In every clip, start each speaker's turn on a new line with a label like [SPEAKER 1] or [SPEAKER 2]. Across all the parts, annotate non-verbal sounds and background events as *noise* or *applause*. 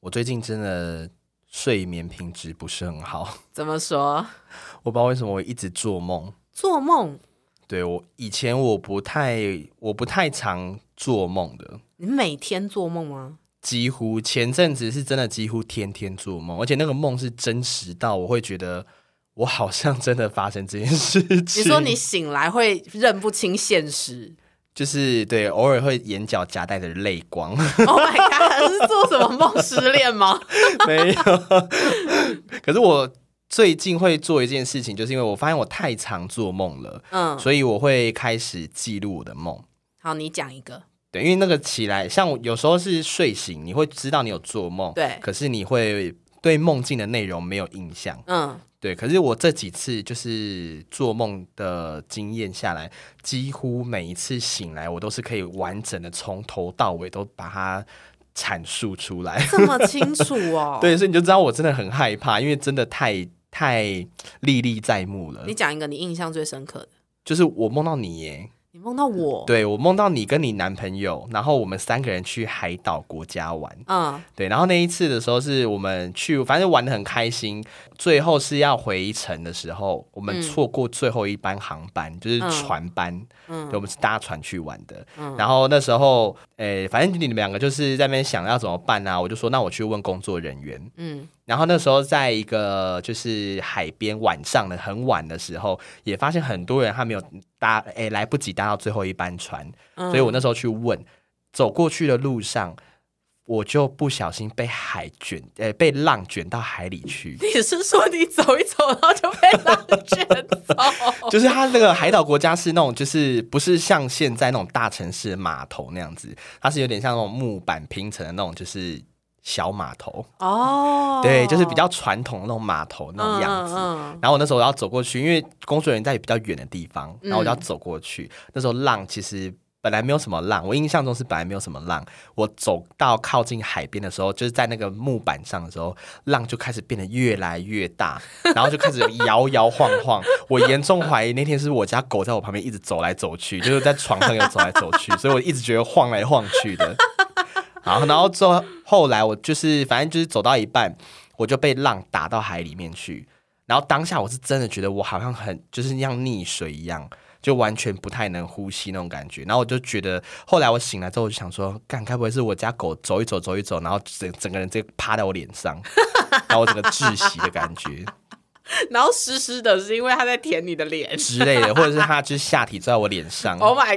[SPEAKER 1] 我最近真的睡眠品质不是很好，
[SPEAKER 2] 怎么说？
[SPEAKER 1] 我不知道为什么我一直做梦。
[SPEAKER 2] 做梦？
[SPEAKER 1] 对我以前我不太我不太常做梦的，
[SPEAKER 2] 你每天做梦吗？
[SPEAKER 1] 几乎前阵子是真的几乎天天做梦，而且那个梦是真实到我会觉得我好像真的发生这件事情。
[SPEAKER 2] 你说你醒来会认不清现实 *laughs*
[SPEAKER 1] 就是对，偶尔会眼角夹带着泪
[SPEAKER 2] *laughs*
[SPEAKER 1] 光，
[SPEAKER 2] ？Oh my god！是做什么梦？失恋吗？
[SPEAKER 1] 没有。可是我最近会做一件事情，就是因为我发现我太常做梦了，
[SPEAKER 2] 嗯，
[SPEAKER 1] 所以我会开始记录我的梦。
[SPEAKER 2] 好，你讲一个。
[SPEAKER 1] 对，因为那个起来，像我有时候是睡醒，你会知道你有做梦，
[SPEAKER 2] 对
[SPEAKER 1] 可是你会对梦境的内容没有印象，
[SPEAKER 2] 嗯，
[SPEAKER 1] 对。可是我这几次就是做梦的经验下来，几乎每一次醒来，我都是可以完整的从头到尾都把它阐述出来。
[SPEAKER 2] 这么清楚哦。，
[SPEAKER 1] *laughs* 对，所以你就知道我真的很害怕，因为真的太太历历在目了
[SPEAKER 2] 你。讲一个你印象最深刻的。
[SPEAKER 1] 就是我梦到你耶，
[SPEAKER 2] 你梦到我？
[SPEAKER 1] 对我梦到你跟你男朋友，然后我们三个人去海岛国家玩。
[SPEAKER 2] 嗯，
[SPEAKER 1] 对，然后那一次的时候是我们去，反正玩的很开心。最后是要回程的时候，我们
[SPEAKER 2] 嗯
[SPEAKER 1] 错过最后一班航班，就是
[SPEAKER 2] 嗯
[SPEAKER 1] 船班。
[SPEAKER 2] 嗯
[SPEAKER 1] 对，我们是搭船去玩的。
[SPEAKER 2] 嗯
[SPEAKER 1] 然后那时候，诶、反正你们两个就是在那边想要怎么办啊，我就说那我去问工作人员。
[SPEAKER 2] 嗯，
[SPEAKER 1] 然后那时候在一个就是海边晚上的很晚的时候，也发现很多人他没有搭，哎，来不及搭到最后一班船，
[SPEAKER 2] 嗯。
[SPEAKER 1] 所以我那时候去问，走过去的路上，我就不小心被海卷，哎，被浪卷到海里去
[SPEAKER 2] 你是说你走一走，然后就被浪卷走？
[SPEAKER 1] *laughs* 就是它那个海岛国家是那种，就是不是像现在那种大城市的码头那样子，它是有点像那种木板拼成的那种，就是小码头，
[SPEAKER 2] *laughs* 哦，
[SPEAKER 1] 对，就是比较传统的那种码头那种样子。
[SPEAKER 2] 嗯嗯
[SPEAKER 1] 然后我那时候我要走过去，因为工作人员在比较远的地方，然后我就要走过去。那时候浪其实本来没有什么浪，我印象中是本来没有什么浪。我走到靠近海边的时候，就是在那个木板上的时候，浪就开始变得越来越大，然后就开始摇摇晃晃。我严重怀疑那天是我家狗在我旁边一直走来走去，就是在床上有走来走去，所以我一直觉得晃来晃去的。好，然后之后后来我就是反正就是走到一半，我就被浪打到海里面去。然后当下我是真的觉得我好像很就是像溺水一样，就完全不太能呼吸那种感觉。然后我就觉得，后来我醒来之后，我就想说，干，该不会是我家狗走一走走一走，然后整整个人直接趴在我脸上， *laughs* 然后我整个窒息的感觉
[SPEAKER 2] 嗯然后湿湿的，是因为他在舔你的脸。
[SPEAKER 1] 之类的，或者是它就是下体坐在我脸上，
[SPEAKER 2] Oh my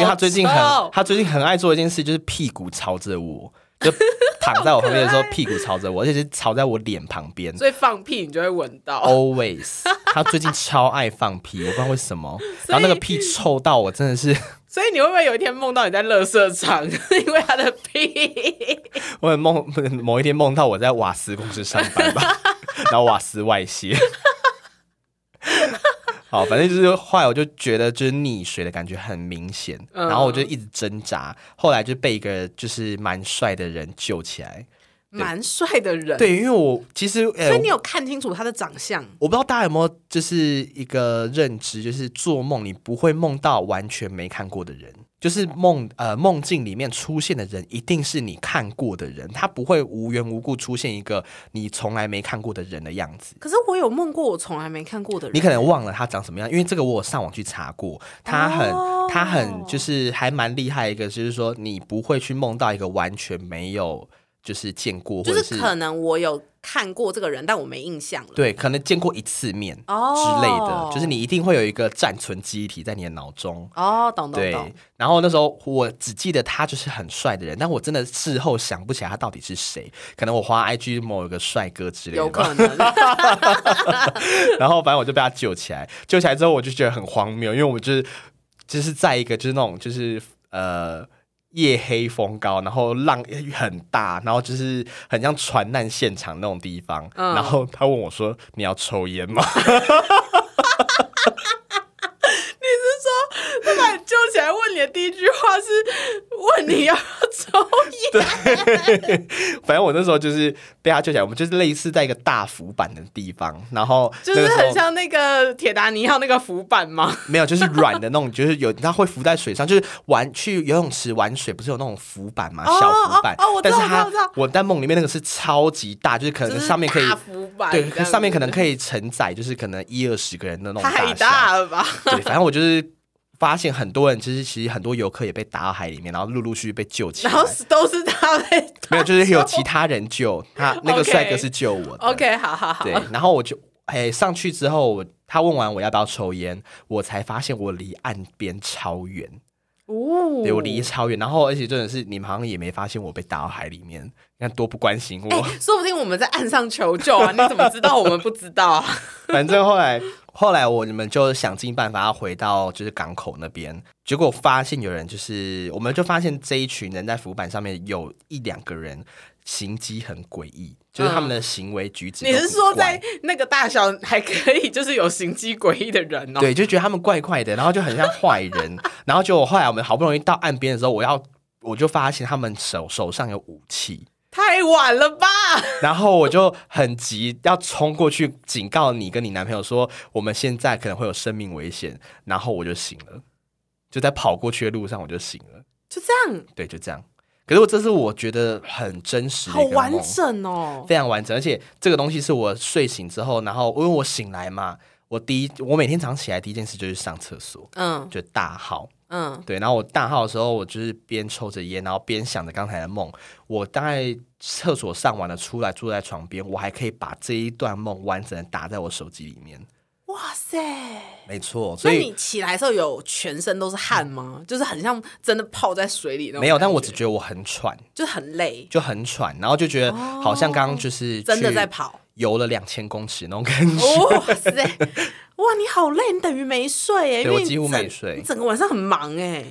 [SPEAKER 1] 因 为它最近
[SPEAKER 2] 好
[SPEAKER 1] 很
[SPEAKER 2] 臭
[SPEAKER 1] 它最近很爱做一件事，就是屁股朝着我，就躺在我旁边的时候，屁股朝着我，而且是朝在我脸旁边。
[SPEAKER 2] 所以放屁你就会闻
[SPEAKER 1] 哦
[SPEAKER 2] 到。
[SPEAKER 1] Always，他最近超爱放屁，我不知道为什么。
[SPEAKER 2] 所以
[SPEAKER 1] 然后那个屁臭到我真的是，
[SPEAKER 2] 所以你会不会有一天梦到你在垃圾场， *laughs* 因为他的屁？
[SPEAKER 1] 我很梦某一天梦到我在瓦斯公司上班吧，然后瓦斯外泄。好，反正就是后来我就觉得就是溺水的感觉很明显，
[SPEAKER 2] 嗯
[SPEAKER 1] 然后我就一直挣扎，后来就被一个就是蛮帅的人救起来。
[SPEAKER 2] *laughs* 蛮帅的人。，
[SPEAKER 1] 对，因为我其实呃
[SPEAKER 2] 所以你有看清楚他的长相。
[SPEAKER 1] 我不知道大家有没有就是一个认知，就是做梦你不会梦到完全没看过的人，就是梦呃梦境里面出现的人一定是你看过的人，他不会无缘无故出现一个你从来没看过的人的样子。
[SPEAKER 2] 可是我有梦过我从来没看过的人。
[SPEAKER 1] 你可能忘了他长什么样，因为这个我有上网去查过，他很、
[SPEAKER 2] 哦
[SPEAKER 1] 他很就是还蛮厉害一个，就是说你不会去梦到一个完全没有就是见过或
[SPEAKER 2] 就
[SPEAKER 1] 者
[SPEAKER 2] 是可能我有看过这个人，但我没印象了。
[SPEAKER 1] 对，可能见过一次面
[SPEAKER 2] 哦
[SPEAKER 1] 之类的，就是你一定会有一个暂存记忆体在你的脑中。
[SPEAKER 2] 哦，懂懂
[SPEAKER 1] 对
[SPEAKER 2] 懂。，
[SPEAKER 1] 然后那时候我只记得他就是很帅的人，但我真的事后想不起来他到底是谁，可能我花 IG 某一个帅哥之类的
[SPEAKER 2] 有
[SPEAKER 1] 吧。
[SPEAKER 2] 可能，
[SPEAKER 1] *laughs* 然后反正我就被他救起来，救起来之后我就觉得很荒谬，因为我们就是就是在一个就是那种就是呃。夜黑风高，然后浪很大，然后就是很像船难现场那种地方。
[SPEAKER 2] 嗯
[SPEAKER 1] 然后他问我说：“你要抽烟吗？”
[SPEAKER 2] 把你救起来问你的第一句话是问你要不要抽 *laughs* 烟，
[SPEAKER 1] 反正我那时候就是被他救起来，我们就是类似在一个大浮板的地方，然后
[SPEAKER 2] 就
[SPEAKER 1] 那
[SPEAKER 2] 是
[SPEAKER 1] 个时候
[SPEAKER 2] 很像那个铁达尼号那个浮板吗？
[SPEAKER 1] 没有，就是软的那种，就是有它会浮在水上，就是玩去游泳池玩水，不是有那种浮板嘛，
[SPEAKER 2] 哦
[SPEAKER 1] 小浮板。
[SPEAKER 2] 哦哦我知
[SPEAKER 1] 但
[SPEAKER 2] 道
[SPEAKER 1] 是
[SPEAKER 2] 我
[SPEAKER 1] 它
[SPEAKER 2] 知道我知
[SPEAKER 1] 我在梦里面那个是超级大，就是可
[SPEAKER 2] 就
[SPEAKER 1] 能
[SPEAKER 2] 是
[SPEAKER 1] 上面可以
[SPEAKER 2] 大浮板这
[SPEAKER 1] 对，
[SPEAKER 2] 样子，
[SPEAKER 1] 可上面可能可以承载就是可能一二十个人的那种
[SPEAKER 2] 太
[SPEAKER 1] 小。
[SPEAKER 2] 大了吧？
[SPEAKER 1] 对，反正我就是发现很多人，其实其实很多游客也被打到海里面，然后陆陆续续被救起来
[SPEAKER 2] 然。后都是他被
[SPEAKER 1] 没有，就是有其他人救
[SPEAKER 2] *laughs*
[SPEAKER 1] 他，那个
[SPEAKER 2] OK
[SPEAKER 1] 帅哥是救我的。
[SPEAKER 2] OK，好好好
[SPEAKER 1] 对，然后我就哎、上去之后，我他问完我要不要抽烟，我才发现我离岸边超远，
[SPEAKER 2] 哦
[SPEAKER 1] 对我离超远。然后而且真的是你们好像也没发现我被打到海里面，你看多不关心我。
[SPEAKER 2] 哎、说不定我们在岸上求
[SPEAKER 1] *laughs*
[SPEAKER 2] 救啊！你怎么知道我们不知道啊？
[SPEAKER 1] 反正后来后来我你们就想尽办法要回到就是港口那边，结果发现有人就是我们就发现这一群人在浮板上面有一两个人行迹很诡异，就是他们的行为举止都
[SPEAKER 2] 嗯你
[SPEAKER 1] 很怪、
[SPEAKER 2] 是说在那个大小还可以，就是有行迹诡异的人哦？
[SPEAKER 1] 对，就觉得他们怪怪的，然后就很像坏人，然后就后来我们好不容易到岸边的时候，我要我就发现他们手手上有武器，
[SPEAKER 2] 太晚了吧？
[SPEAKER 1] 然后我就很急要冲过去警告你跟你男朋友说，我们现在可能会有生命危险，然后我就醒了，就在跑过去的路上我就醒了，
[SPEAKER 2] 就这样，
[SPEAKER 1] 对，就这样。可是我这是我觉得很真实
[SPEAKER 2] 好
[SPEAKER 1] 的一个
[SPEAKER 2] 完
[SPEAKER 1] 梦，
[SPEAKER 2] 整哦。
[SPEAKER 1] 非常完整，而且这个东西是我睡醒之后，然后因为我醒来嘛，我第一我每天早上起来第一件事就是上厕所，
[SPEAKER 2] 嗯
[SPEAKER 1] 就大号。
[SPEAKER 2] 嗯，
[SPEAKER 1] 对，然后我大号的时候，我就是边抽着烟，然后边想着刚才的梦。我大概厕所上完了出来，坐在床边，我还可以把这一段梦完整的打在我手机里面。
[SPEAKER 2] 哇塞！
[SPEAKER 1] 没错，所
[SPEAKER 2] 那
[SPEAKER 1] 以
[SPEAKER 2] 你起来的时候有全身都是汗吗？就是很像真的泡在水里那种感觉。
[SPEAKER 1] 没有，但我只觉得我很喘，
[SPEAKER 2] 就很累，
[SPEAKER 1] 就很喘，然后就觉得好像刚刚就是
[SPEAKER 2] 哦真的
[SPEAKER 1] 去
[SPEAKER 2] 在跑。哦
[SPEAKER 1] 游了两千公尺那种感觉。
[SPEAKER 2] 哇塞！哇，你好累，你等于没睡
[SPEAKER 1] 对
[SPEAKER 2] 哎，因为你
[SPEAKER 1] 我几乎
[SPEAKER 2] 整
[SPEAKER 1] 没睡
[SPEAKER 2] 你整个晚上很忙哎。
[SPEAKER 1] 因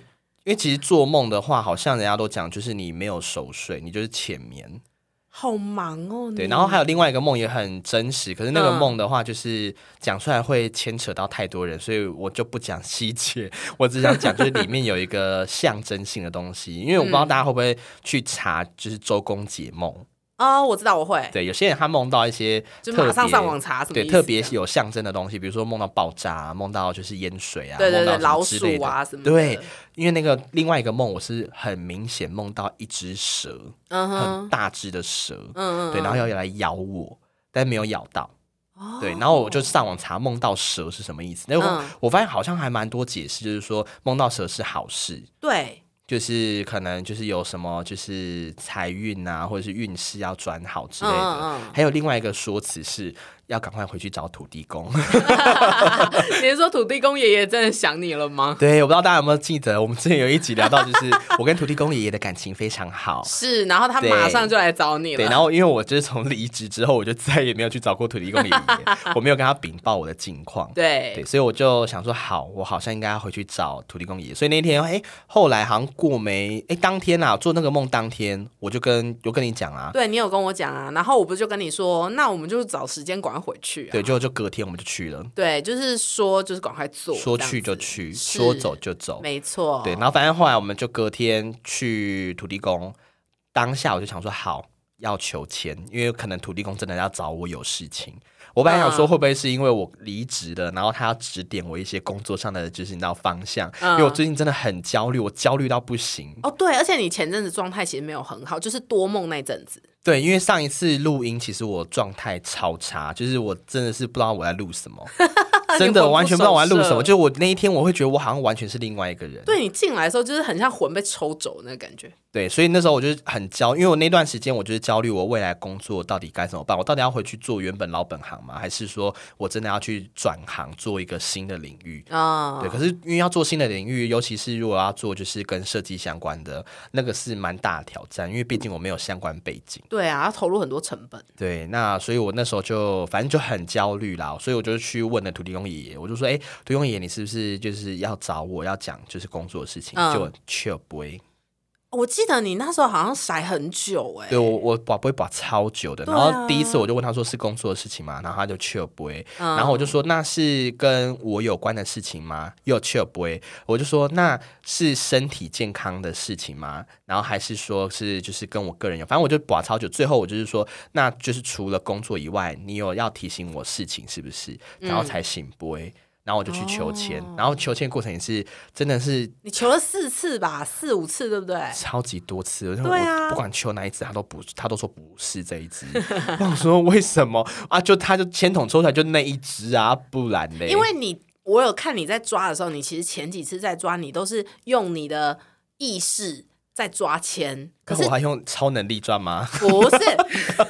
[SPEAKER 1] 为其实做梦的话，好像人家都讲，就是你没有熟睡，你就是浅眠。
[SPEAKER 2] 好忙哦，
[SPEAKER 1] 对，
[SPEAKER 2] 你
[SPEAKER 1] 然后还有另外一个梦也很真实，可是那个
[SPEAKER 2] 嗯
[SPEAKER 1] 梦的话，就是讲出来会牵扯到太多人，所以我就不讲细节，我只想讲就是里面有一个象征性的东西，因为我不知
[SPEAKER 2] 嗯
[SPEAKER 1] 道大家会不会去查，就是周公解梦。
[SPEAKER 2] 哦，我知道我会，
[SPEAKER 1] 对，有些人他梦到一些
[SPEAKER 2] 就
[SPEAKER 1] 特
[SPEAKER 2] 马上
[SPEAKER 1] 别
[SPEAKER 2] 上网查什么
[SPEAKER 1] 对
[SPEAKER 2] 意思啊
[SPEAKER 1] 特别
[SPEAKER 2] 这样
[SPEAKER 1] 有象征的东西，比如说梦到爆炸啊、梦到就是淹水啊，
[SPEAKER 2] 对对
[SPEAKER 1] 梦到
[SPEAKER 2] 对，
[SPEAKER 1] 什么
[SPEAKER 2] 老
[SPEAKER 1] 之类
[SPEAKER 2] 鼠
[SPEAKER 1] 的
[SPEAKER 2] 啊什么的，
[SPEAKER 1] 对，因为那个另外一个梦，我是很明显梦到一只蛇，
[SPEAKER 2] 嗯
[SPEAKER 1] 很
[SPEAKER 2] 哼，
[SPEAKER 1] 大只的蛇，
[SPEAKER 2] 嗯嗯，
[SPEAKER 1] 对，然后要来咬我，但没有咬到。
[SPEAKER 2] 哦
[SPEAKER 1] 对，然后我就上网查梦到蛇是什么意思。那我、
[SPEAKER 2] 嗯
[SPEAKER 1] 我发现好像还蛮多解释，就是说梦到蛇是好事，
[SPEAKER 2] 对， *laughs*
[SPEAKER 1] 就是可能就是有什么就是财运啊，或者是运势要转好之类的。
[SPEAKER 2] 嗯嗯
[SPEAKER 1] 还有另外一个说辞是要赶快回去找土地公。 *laughs*
[SPEAKER 2] 嗯，你是说土地公爷爷真的想你了
[SPEAKER 1] *laughs*
[SPEAKER 2] 吗？
[SPEAKER 1] 对，我不知道大家有没有记得，我们之前有一集聊到，就是我跟土地公爷爷的感情非常好。
[SPEAKER 2] 是，然后他马上就来找你了，
[SPEAKER 1] 对，然后因为我就是从离职之后，我就再也没有去找过土地公爷爷，我没有跟他禀报我的近况。对，
[SPEAKER 2] 对，
[SPEAKER 1] 所以我就想说，好，我好像应该要回去找土地公爷爷。所以那天，哎，后来好像过没，哎，当天啊，做那个梦当天，我就跟就跟你讲啊，
[SPEAKER 2] 对你有跟我讲啊，然后我不就跟你说，那我们就找时间赶快回去啊，
[SPEAKER 1] 对，就就隔天我们就去了，
[SPEAKER 2] 对，就是说就是赶快做，
[SPEAKER 1] 说
[SPEAKER 2] 这样
[SPEAKER 1] 去就
[SPEAKER 2] 子，
[SPEAKER 1] 去，
[SPEAKER 2] 是
[SPEAKER 1] 说走就走，
[SPEAKER 2] 没错，
[SPEAKER 1] 对。然后反正后来我们就隔天去土地公，当下我就想说，好，要求签，因为可能土地公真的要找我有事情。我本来想说，
[SPEAKER 2] 嗯
[SPEAKER 1] 会不会是因为我离职了，然后他要指点我一些工作上的，就是你知道方向？因为我
[SPEAKER 2] 嗯
[SPEAKER 1] 最近真的很焦虑，我焦虑到不行。
[SPEAKER 2] 哦对，而且你前阵子状态其实没有很好，就是多梦那阵子，
[SPEAKER 1] 对，因为上一次录音，其实我状态超差，就是我真的是不知道我在录什么，真的
[SPEAKER 2] 魂
[SPEAKER 1] 我
[SPEAKER 2] 不
[SPEAKER 1] 完全不知道我在录
[SPEAKER 2] 守
[SPEAKER 1] 什么。
[SPEAKER 2] 舍
[SPEAKER 1] 就我那一天，我会觉得我好像完全是另外一个人。
[SPEAKER 2] 对你进来的时候就是很像魂被抽走那个感觉，
[SPEAKER 1] 对，所以那时候我就是很焦，因为我那段时间我就是焦虑，我未来工作到底该怎么办？我到底要回去做原本老本行吗？还是说我真的要去转行做一个新的领域？
[SPEAKER 2] 啊、
[SPEAKER 1] 对，可是因为要做新的领域，尤其是如果要做就是跟设计相关的，那个是蛮大的挑战，因为毕竟我没有相关背景。
[SPEAKER 2] 对啊，要投入很多成本。
[SPEAKER 1] 对，那所以我那时候就反正就很焦虑啦，所以我就去问了土地公爷爷，我就说：“哎、土地公爷爷，你是不是就是要找我要讲就是工作的事情？”
[SPEAKER 2] 嗯
[SPEAKER 1] 就 chill boy，
[SPEAKER 2] 我记得你那时候好像甩很久哎、
[SPEAKER 1] 对我我把不会把超久的，
[SPEAKER 2] 对
[SPEAKER 1] 然
[SPEAKER 2] 啊
[SPEAKER 1] 后第一次我就问他说是工作的事情吗？然后他就确不会，
[SPEAKER 2] 嗯
[SPEAKER 1] 然后我就说那是跟我有关的事情吗？又确不会，我就说那是身体健康的事情吗？然后还是说是就是跟我个人有，反正我就把超久，最后我就是说那就是除了工作以外，你有要提醒我事情是不是？然后才醒不会。然后我就去求签，
[SPEAKER 2] 哦
[SPEAKER 1] 然后求签过程也是真的是
[SPEAKER 2] 你求了四次吧，四五次对不对？
[SPEAKER 1] 超级多次，然后
[SPEAKER 2] 对啊
[SPEAKER 1] 我不管求哪一只，他都不，他都说不是这一只。 *laughs* 我想说为什么啊？就他就签筒抽出来就那一只啊，不然嘞？
[SPEAKER 2] 因为你我有看你在抓的时候，你其实前几次在抓，你都是用你的意识在抓签，可
[SPEAKER 1] 可
[SPEAKER 2] 是
[SPEAKER 1] 我还用超能力赚吗？
[SPEAKER 2] 不是， *laughs*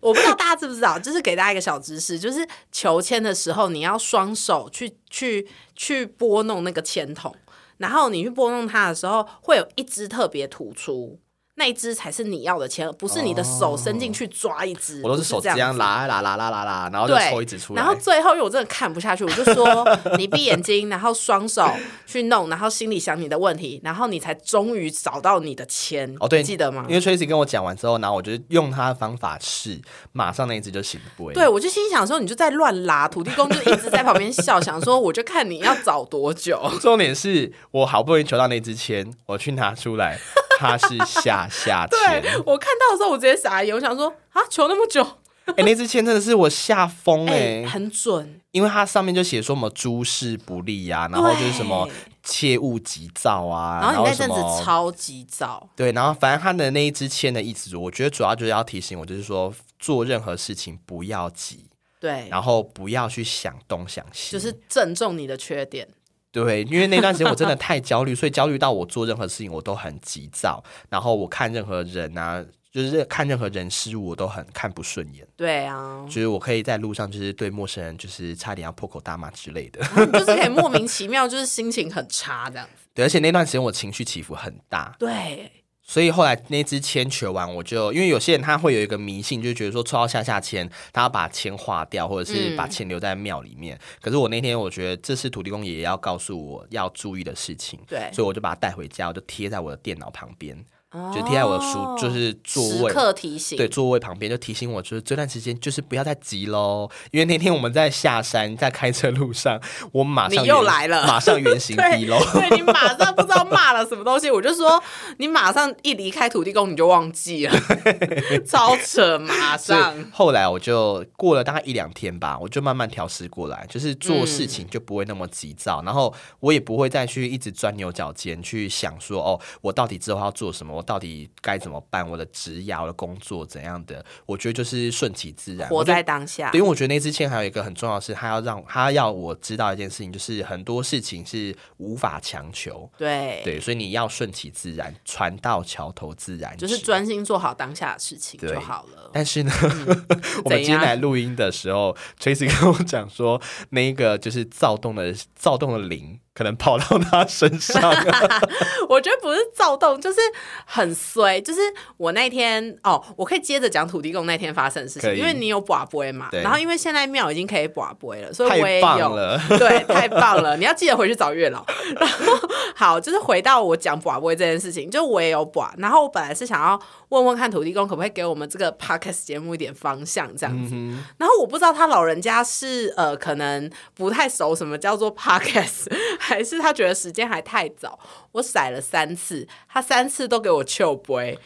[SPEAKER 2] 我不知道大家知不知道，就是给大家一个小知识，就是求签的时候，你要双手去去去拨弄那个签筒，然后你去拨弄它的时候，会有一只特别突出，那一只才是你要的签，不是你的手伸进去抓一只，
[SPEAKER 1] 哦我都
[SPEAKER 2] 不
[SPEAKER 1] 是
[SPEAKER 2] 是
[SPEAKER 1] 手
[SPEAKER 2] 这
[SPEAKER 1] 这
[SPEAKER 2] 样
[SPEAKER 1] 样
[SPEAKER 2] 子。
[SPEAKER 1] 拉拉拉拉拉拉，然后就
[SPEAKER 2] 对，
[SPEAKER 1] 抽一只出来。
[SPEAKER 2] 然后最后，因为我真的看不下去，我就说你闭眼睛，然后双手去弄，然后心里想你的问题，然后你才终于找到你的签。
[SPEAKER 1] 哦对，
[SPEAKER 2] 记得吗
[SPEAKER 1] 因？为 Tracy 跟我讲完之后，然后我就用他的方法试，马上那一只就醒不会。
[SPEAKER 2] 对，我就心想说，你就在乱拉，土地公就一直在旁边笑，想说我就看你要找多久。
[SPEAKER 1] *laughs* 重点是我好不容易求到那支签，我去拿出来，它是下下签。
[SPEAKER 2] *laughs* 对我看到的时候，我直接傻眼，我想说啊，求那么久，
[SPEAKER 1] 哎、那支签真的是我吓疯哎、
[SPEAKER 2] 哎、很准，
[SPEAKER 1] 因为它上面就写说什么诸事不利呀、然后就是什么切勿急躁啊，
[SPEAKER 2] 然后你那
[SPEAKER 1] 什
[SPEAKER 2] 阵子
[SPEAKER 1] 么
[SPEAKER 2] 超级早，
[SPEAKER 1] 对，然后反正他的那一支签的意思，我觉得主要就是要提醒我，就是说做任何事情不要急，
[SPEAKER 2] 对，
[SPEAKER 1] 然后不要去想东想西，
[SPEAKER 2] 就是正中你的缺点。
[SPEAKER 1] 对，因为那段时间我真的太焦虑，所以焦虑到我做任何事情我都很急躁，然后我看任何人啊，就是看任何人事物我都很看不顺眼，*laughs*
[SPEAKER 2] 对啊，
[SPEAKER 1] 就是我可以在路上就是对陌生人就是差点要破口大骂之类的。
[SPEAKER 2] 然后你就是可以莫名其妙，就是心情很差这样子。
[SPEAKER 1] 对，而且那段时间我情绪起伏很大，
[SPEAKER 2] 对，
[SPEAKER 1] 所以后来那支签求完，我就因为有些人他会有一个迷信，就是觉得说抽到下下签，他要把签化掉，或者
[SPEAKER 2] 嗯
[SPEAKER 1] 是把钱留在庙里面。可是我那天我觉得这是土地公爷爷要告诉我要注意的事情，
[SPEAKER 2] 对
[SPEAKER 1] 所以我就把它带回家，我就贴在我的电脑旁边，
[SPEAKER 2] 就
[SPEAKER 1] 就贴在我的书，就是座
[SPEAKER 2] 哦时
[SPEAKER 1] 位。
[SPEAKER 2] 刻提醒。
[SPEAKER 1] 对，座位旁边就提醒我，就是这段时间就是不要再急喽，因为那天我们在下山，在开车路上，我马上
[SPEAKER 2] 你又
[SPEAKER 1] 原
[SPEAKER 2] 来了
[SPEAKER 1] 马上原形
[SPEAKER 2] *laughs* 对
[SPEAKER 1] 毕 *laughs* 露。
[SPEAKER 2] 对你马上不知道骂了什么东西，我就说你马上一离开土地公你就
[SPEAKER 1] *laughs*
[SPEAKER 2] 忘记了，超扯，马
[SPEAKER 1] 所以
[SPEAKER 2] 上。
[SPEAKER 1] 后来我就过了大概一两天吧，我就慢慢调试过来，就是做事情就不会那么急躁，然后我也不会再去一直钻牛角尖，去想说哦，我到底之后要做什么，我到底该怎么办，我的职业、我的工作怎样的，我觉得就是顺其自然，
[SPEAKER 2] 活
[SPEAKER 1] 我觉得
[SPEAKER 2] 在当下
[SPEAKER 1] 对，，因为我觉得那支签还有一个很重要的是，他要让他要我知道一件事情，就是很多事情是无法强求，
[SPEAKER 2] 对，
[SPEAKER 1] 对，所以你要顺其自然，船到桥头自然
[SPEAKER 2] 就是
[SPEAKER 1] 直
[SPEAKER 2] 专心做好当下的事情
[SPEAKER 1] 对
[SPEAKER 2] 就好了。
[SPEAKER 1] 但是呢，
[SPEAKER 2] 嗯
[SPEAKER 1] *laughs* 我们今天来录音的时候，Tracy 跟我讲说，那一个就是躁动的躁动的灵，可能跑到他身
[SPEAKER 2] *laughs*
[SPEAKER 1] 上。
[SPEAKER 2] 我觉得不是躁动，就是很衰。就是我那天哦，我可以接着讲土地公那天发生的事
[SPEAKER 1] 可
[SPEAKER 2] 情，
[SPEAKER 1] 以
[SPEAKER 2] 因为你有寡杯嘛，
[SPEAKER 1] 对
[SPEAKER 2] 然后因为现在庙已经可以寡杯了，所以我
[SPEAKER 1] 太
[SPEAKER 2] 也
[SPEAKER 1] 棒
[SPEAKER 2] 有。
[SPEAKER 1] 了！
[SPEAKER 2] *laughs* 对，太棒了！你要记得回去找月老。然后好，就是回到我讲寡杯这件事情，就我也有寡。然后我本来是想要问问看土地公可不可以给我们这个 podcast 节目一点方向，这样子。然后我不知道他老人家是呃，可能不太熟什么叫做 podcast，还 *laughs* 是他觉得时间还太早。我甩了三次，他三次都给我糗杯。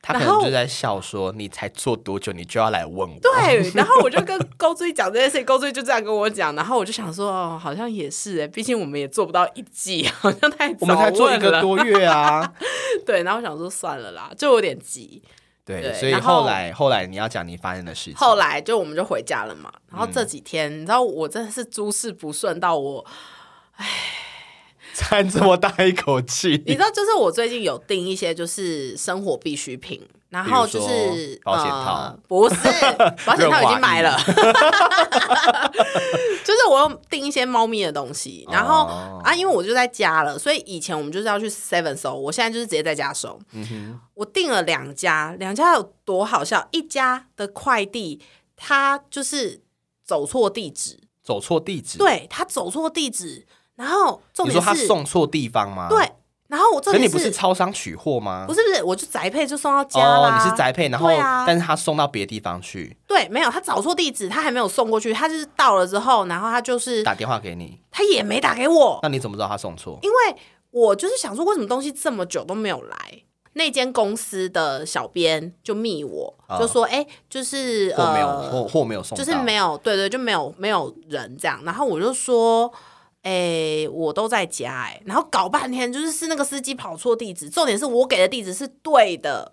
[SPEAKER 1] 他可
[SPEAKER 2] 然
[SPEAKER 1] 能
[SPEAKER 2] 后
[SPEAKER 1] 就在笑说：“你才做多久，你就要来问我？”
[SPEAKER 2] 对， *laughs* 然后我就跟勾追讲这件事情，勾追就这样跟我讲，然后我就想说，哦，好像也是哎，毕竟我们也做不到一季，好像太早
[SPEAKER 1] 我们才做一
[SPEAKER 2] 问
[SPEAKER 1] 个
[SPEAKER 2] 了
[SPEAKER 1] 多月啊。
[SPEAKER 2] *laughs* 对，然后我想说算了啦，就有点急。
[SPEAKER 1] 对，
[SPEAKER 2] 对
[SPEAKER 1] 所以
[SPEAKER 2] 然后
[SPEAKER 1] 后来后来你要讲你发生的事情。 *laughs*
[SPEAKER 2] 后来就我们就回家了嘛，
[SPEAKER 1] 嗯
[SPEAKER 2] 然后这几天、你知道我真的是诸事不顺到我，
[SPEAKER 1] 叹这么大一口
[SPEAKER 2] *laughs* 你
[SPEAKER 1] 气，
[SPEAKER 2] 知道，就是我最近有订一些就是生活必需品，然后就是
[SPEAKER 1] 比如说保险套
[SPEAKER 2] 呃，不是保险套已经买了， *laughs* 就是我有订一些猫咪的东西，然后、
[SPEAKER 1] 哦
[SPEAKER 2] 啊，因为我就在家了，所以以前我们就是要去 Seven 收，我现在就是直接在家收。
[SPEAKER 1] 嗯
[SPEAKER 2] 我订了两家，两家有多好笑？一家的快递他就是走错地址，
[SPEAKER 1] 走错地址。，
[SPEAKER 2] 对他走错地址，然后重
[SPEAKER 1] 你说
[SPEAKER 2] 点
[SPEAKER 1] 他
[SPEAKER 2] 是
[SPEAKER 1] 送错地方吗？
[SPEAKER 2] 对，然后我重
[SPEAKER 1] 可
[SPEAKER 2] 点
[SPEAKER 1] 你不是超商取货吗
[SPEAKER 2] 不？是不是，我就宅配就送到家
[SPEAKER 1] 哦，
[SPEAKER 2] 啦。
[SPEAKER 1] 你是宅配，然后、
[SPEAKER 2] 对啊
[SPEAKER 1] 但是他送到别的地方去，
[SPEAKER 2] 对，没有他找错地址，他还没有送过去，他就是到了之后，然后他就是
[SPEAKER 1] 打电话给你，
[SPEAKER 2] 他也没打给我，
[SPEAKER 1] 那你怎么知道他送错？
[SPEAKER 2] 因为我就是想说，为什么东西这么久都没有来？那间公司的小编就密我，
[SPEAKER 1] 哦
[SPEAKER 2] 就说：“哎、就是
[SPEAKER 1] 货没有，
[SPEAKER 2] 呃，
[SPEAKER 1] 货货没有送
[SPEAKER 2] 就
[SPEAKER 1] 到，
[SPEAKER 2] 是没有，对对，就没有没有人这样。然后我就说，哎、我都在家、哎，然后搞半天就是是那个司机跑错地址，重点是我给的地址是对的，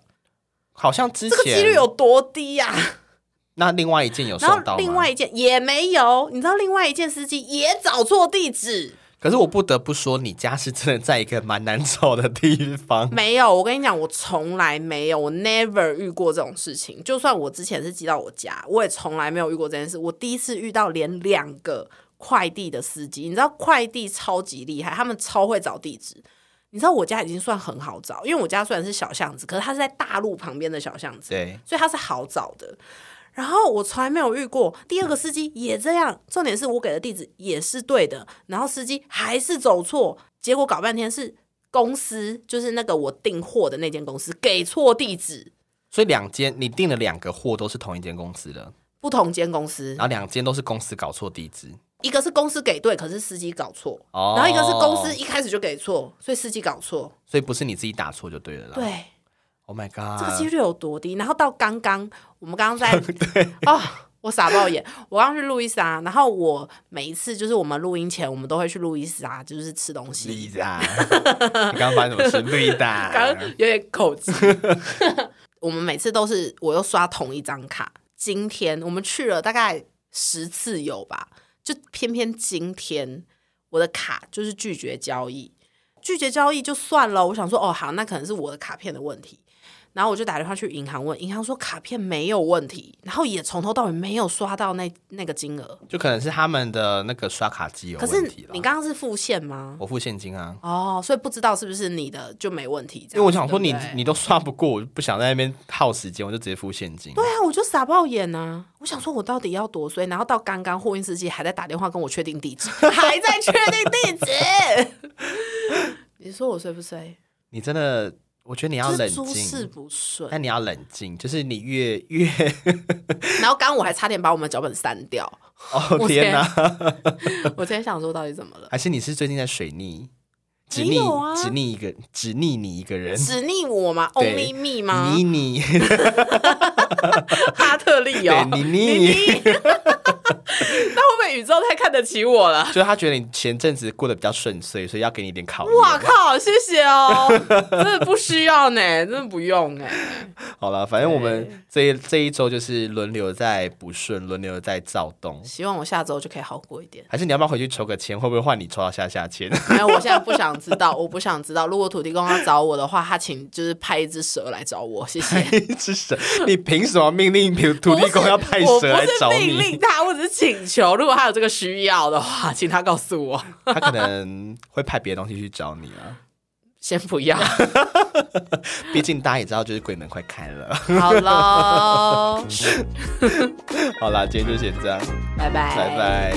[SPEAKER 1] 好像之
[SPEAKER 2] 这个几
[SPEAKER 1] 前
[SPEAKER 2] 率有多低啊呀、
[SPEAKER 1] 那另外一件有送
[SPEAKER 2] 然
[SPEAKER 1] 到吗
[SPEAKER 2] 后另外一件也没有，你知道另外一件司机也找错地址，
[SPEAKER 1] 可是我不得不说，你家是真的在一个蛮难走的地
[SPEAKER 2] *laughs*
[SPEAKER 1] 方。
[SPEAKER 2] 没有。我跟你讲，我从来没有，我 never 遇过这种事情。就算我之前是寄到我家，我也从来没有遇过这件事。我第一次遇到连两个快递的司机，你知道快递超级厉害，他们超会找地址。你知道我家已经算很好找，因为我家虽然是小巷子，可是它是在大路旁边的小巷子，
[SPEAKER 1] 对，
[SPEAKER 2] 所以它是好找的。然后我从来没有遇过，第二个司机也这样。重点是我给的地址也是对的，然后司机还是走错，结果搞半天是公司，就是那个我订货的那间公司给错地址，
[SPEAKER 1] 所以两间你订了两个货都是同一间公司的，
[SPEAKER 2] 不同间公司
[SPEAKER 1] 然，后两间都是公司搞错地址。
[SPEAKER 2] 一个是公司给对，可是司机搞错，
[SPEAKER 1] 哦
[SPEAKER 2] 然后一个是公司，一开始就给错，所以司机搞错。
[SPEAKER 1] 所以不是你自己打错就对了啦。
[SPEAKER 2] 对，
[SPEAKER 1] ，Oh my
[SPEAKER 2] 这个
[SPEAKER 1] god，
[SPEAKER 2] 几率有多低？然后到刚刚，我们刚刚在哦，我傻爆眼。我刚刚去路易莎，然后我每一次就是我们录音前，我们都会去路易莎，就是吃东西。
[SPEAKER 1] 丽
[SPEAKER 2] *laughs*
[SPEAKER 1] 达，你刚刚发生什么事？丽
[SPEAKER 2] 刚
[SPEAKER 1] 达，
[SPEAKER 2] *laughs* 刚有点口急。啊我们每次都是我又刷同一张卡。今天我们去了大概十次有吧，就偏偏今天我的卡就是拒绝交易，拒绝交易就算了。我想说，哦，好，那可能是我的卡片的问题。然后我就打电话去银行问，银行说卡片没有问题，然后也从头到尾没有刷到那那个金额。
[SPEAKER 1] 就可能是他们的那个刷卡机有
[SPEAKER 2] 可是
[SPEAKER 1] 问题了
[SPEAKER 2] 你。刚刚是付现吗？
[SPEAKER 1] 我付现金啊，
[SPEAKER 2] 哦，所以不知道是不是你的就没问题。这样
[SPEAKER 1] 因为我想说
[SPEAKER 2] 对
[SPEAKER 1] 你
[SPEAKER 2] 不对
[SPEAKER 1] 你都刷不过，我就不想在那边耗时间，我就直接付现金。
[SPEAKER 2] 对啊，我就傻爆眼呐、我想说，我到底要多衰？然后到刚刚货运司机还在打电话跟我确定
[SPEAKER 1] *laughs*
[SPEAKER 2] 地址，还在确定地址。你说我衰不衰？
[SPEAKER 1] 你真的，我觉得你要
[SPEAKER 2] 就是
[SPEAKER 1] 冷
[SPEAKER 2] 诸事
[SPEAKER 1] 静，哎
[SPEAKER 2] 不顺。
[SPEAKER 1] 但你要冷静，就是你越
[SPEAKER 2] *laughs*
[SPEAKER 1] 越
[SPEAKER 2] 然后刚刚我还差点把我们脚本删掉。
[SPEAKER 1] *laughs* 哦
[SPEAKER 2] 我
[SPEAKER 1] 天哪！
[SPEAKER 2] 我今天想说，到底怎么了？
[SPEAKER 1] 还是你是最近在水逆？只
[SPEAKER 2] 没
[SPEAKER 1] 逆、
[SPEAKER 2] 有啊
[SPEAKER 1] 只逆一个，只逆你一个人，
[SPEAKER 2] 只逆我吗
[SPEAKER 1] 对
[SPEAKER 2] ？Only me 吗
[SPEAKER 1] 你？你
[SPEAKER 2] 哈特利
[SPEAKER 1] 对
[SPEAKER 2] 哦，
[SPEAKER 1] 你
[SPEAKER 2] 你
[SPEAKER 1] 你，
[SPEAKER 2] 那会不会宇宙太看得起我了？
[SPEAKER 1] *laughs* 就是他觉得你前阵子过得比较顺遂，所以要给你一点考验。
[SPEAKER 2] 哇靠！谢谢哦，真的不需要呢，真的不用哎。
[SPEAKER 1] 好了，反正我们这一这一周就是轮流在不顺，轮流在躁动。
[SPEAKER 2] 希望我下周就可以好过一点。
[SPEAKER 1] 还是你要不要回去抽个签？会不会换你抽到下下
[SPEAKER 2] *laughs*
[SPEAKER 1] 签？
[SPEAKER 2] 没有，我现在不想知道，我不想知道。如果土地公要找我的话，他请就是派一只蛇来找我，谢谢。
[SPEAKER 1] 是什？你凭什么命令土 *laughs* 土地公要派蛇来找
[SPEAKER 2] 我不是命
[SPEAKER 1] 你？
[SPEAKER 2] 令他，我只是请求。如果他有这个需要的话，请他告诉我。
[SPEAKER 1] 他可能会派别的东西去找你啊。
[SPEAKER 2] 先不要，
[SPEAKER 1] 毕竟大家也知道，就是鬼门快开了。
[SPEAKER 2] 好喽，
[SPEAKER 1] 好啦，今天就先这样，
[SPEAKER 2] *laughs* 拜拜，
[SPEAKER 1] 拜拜。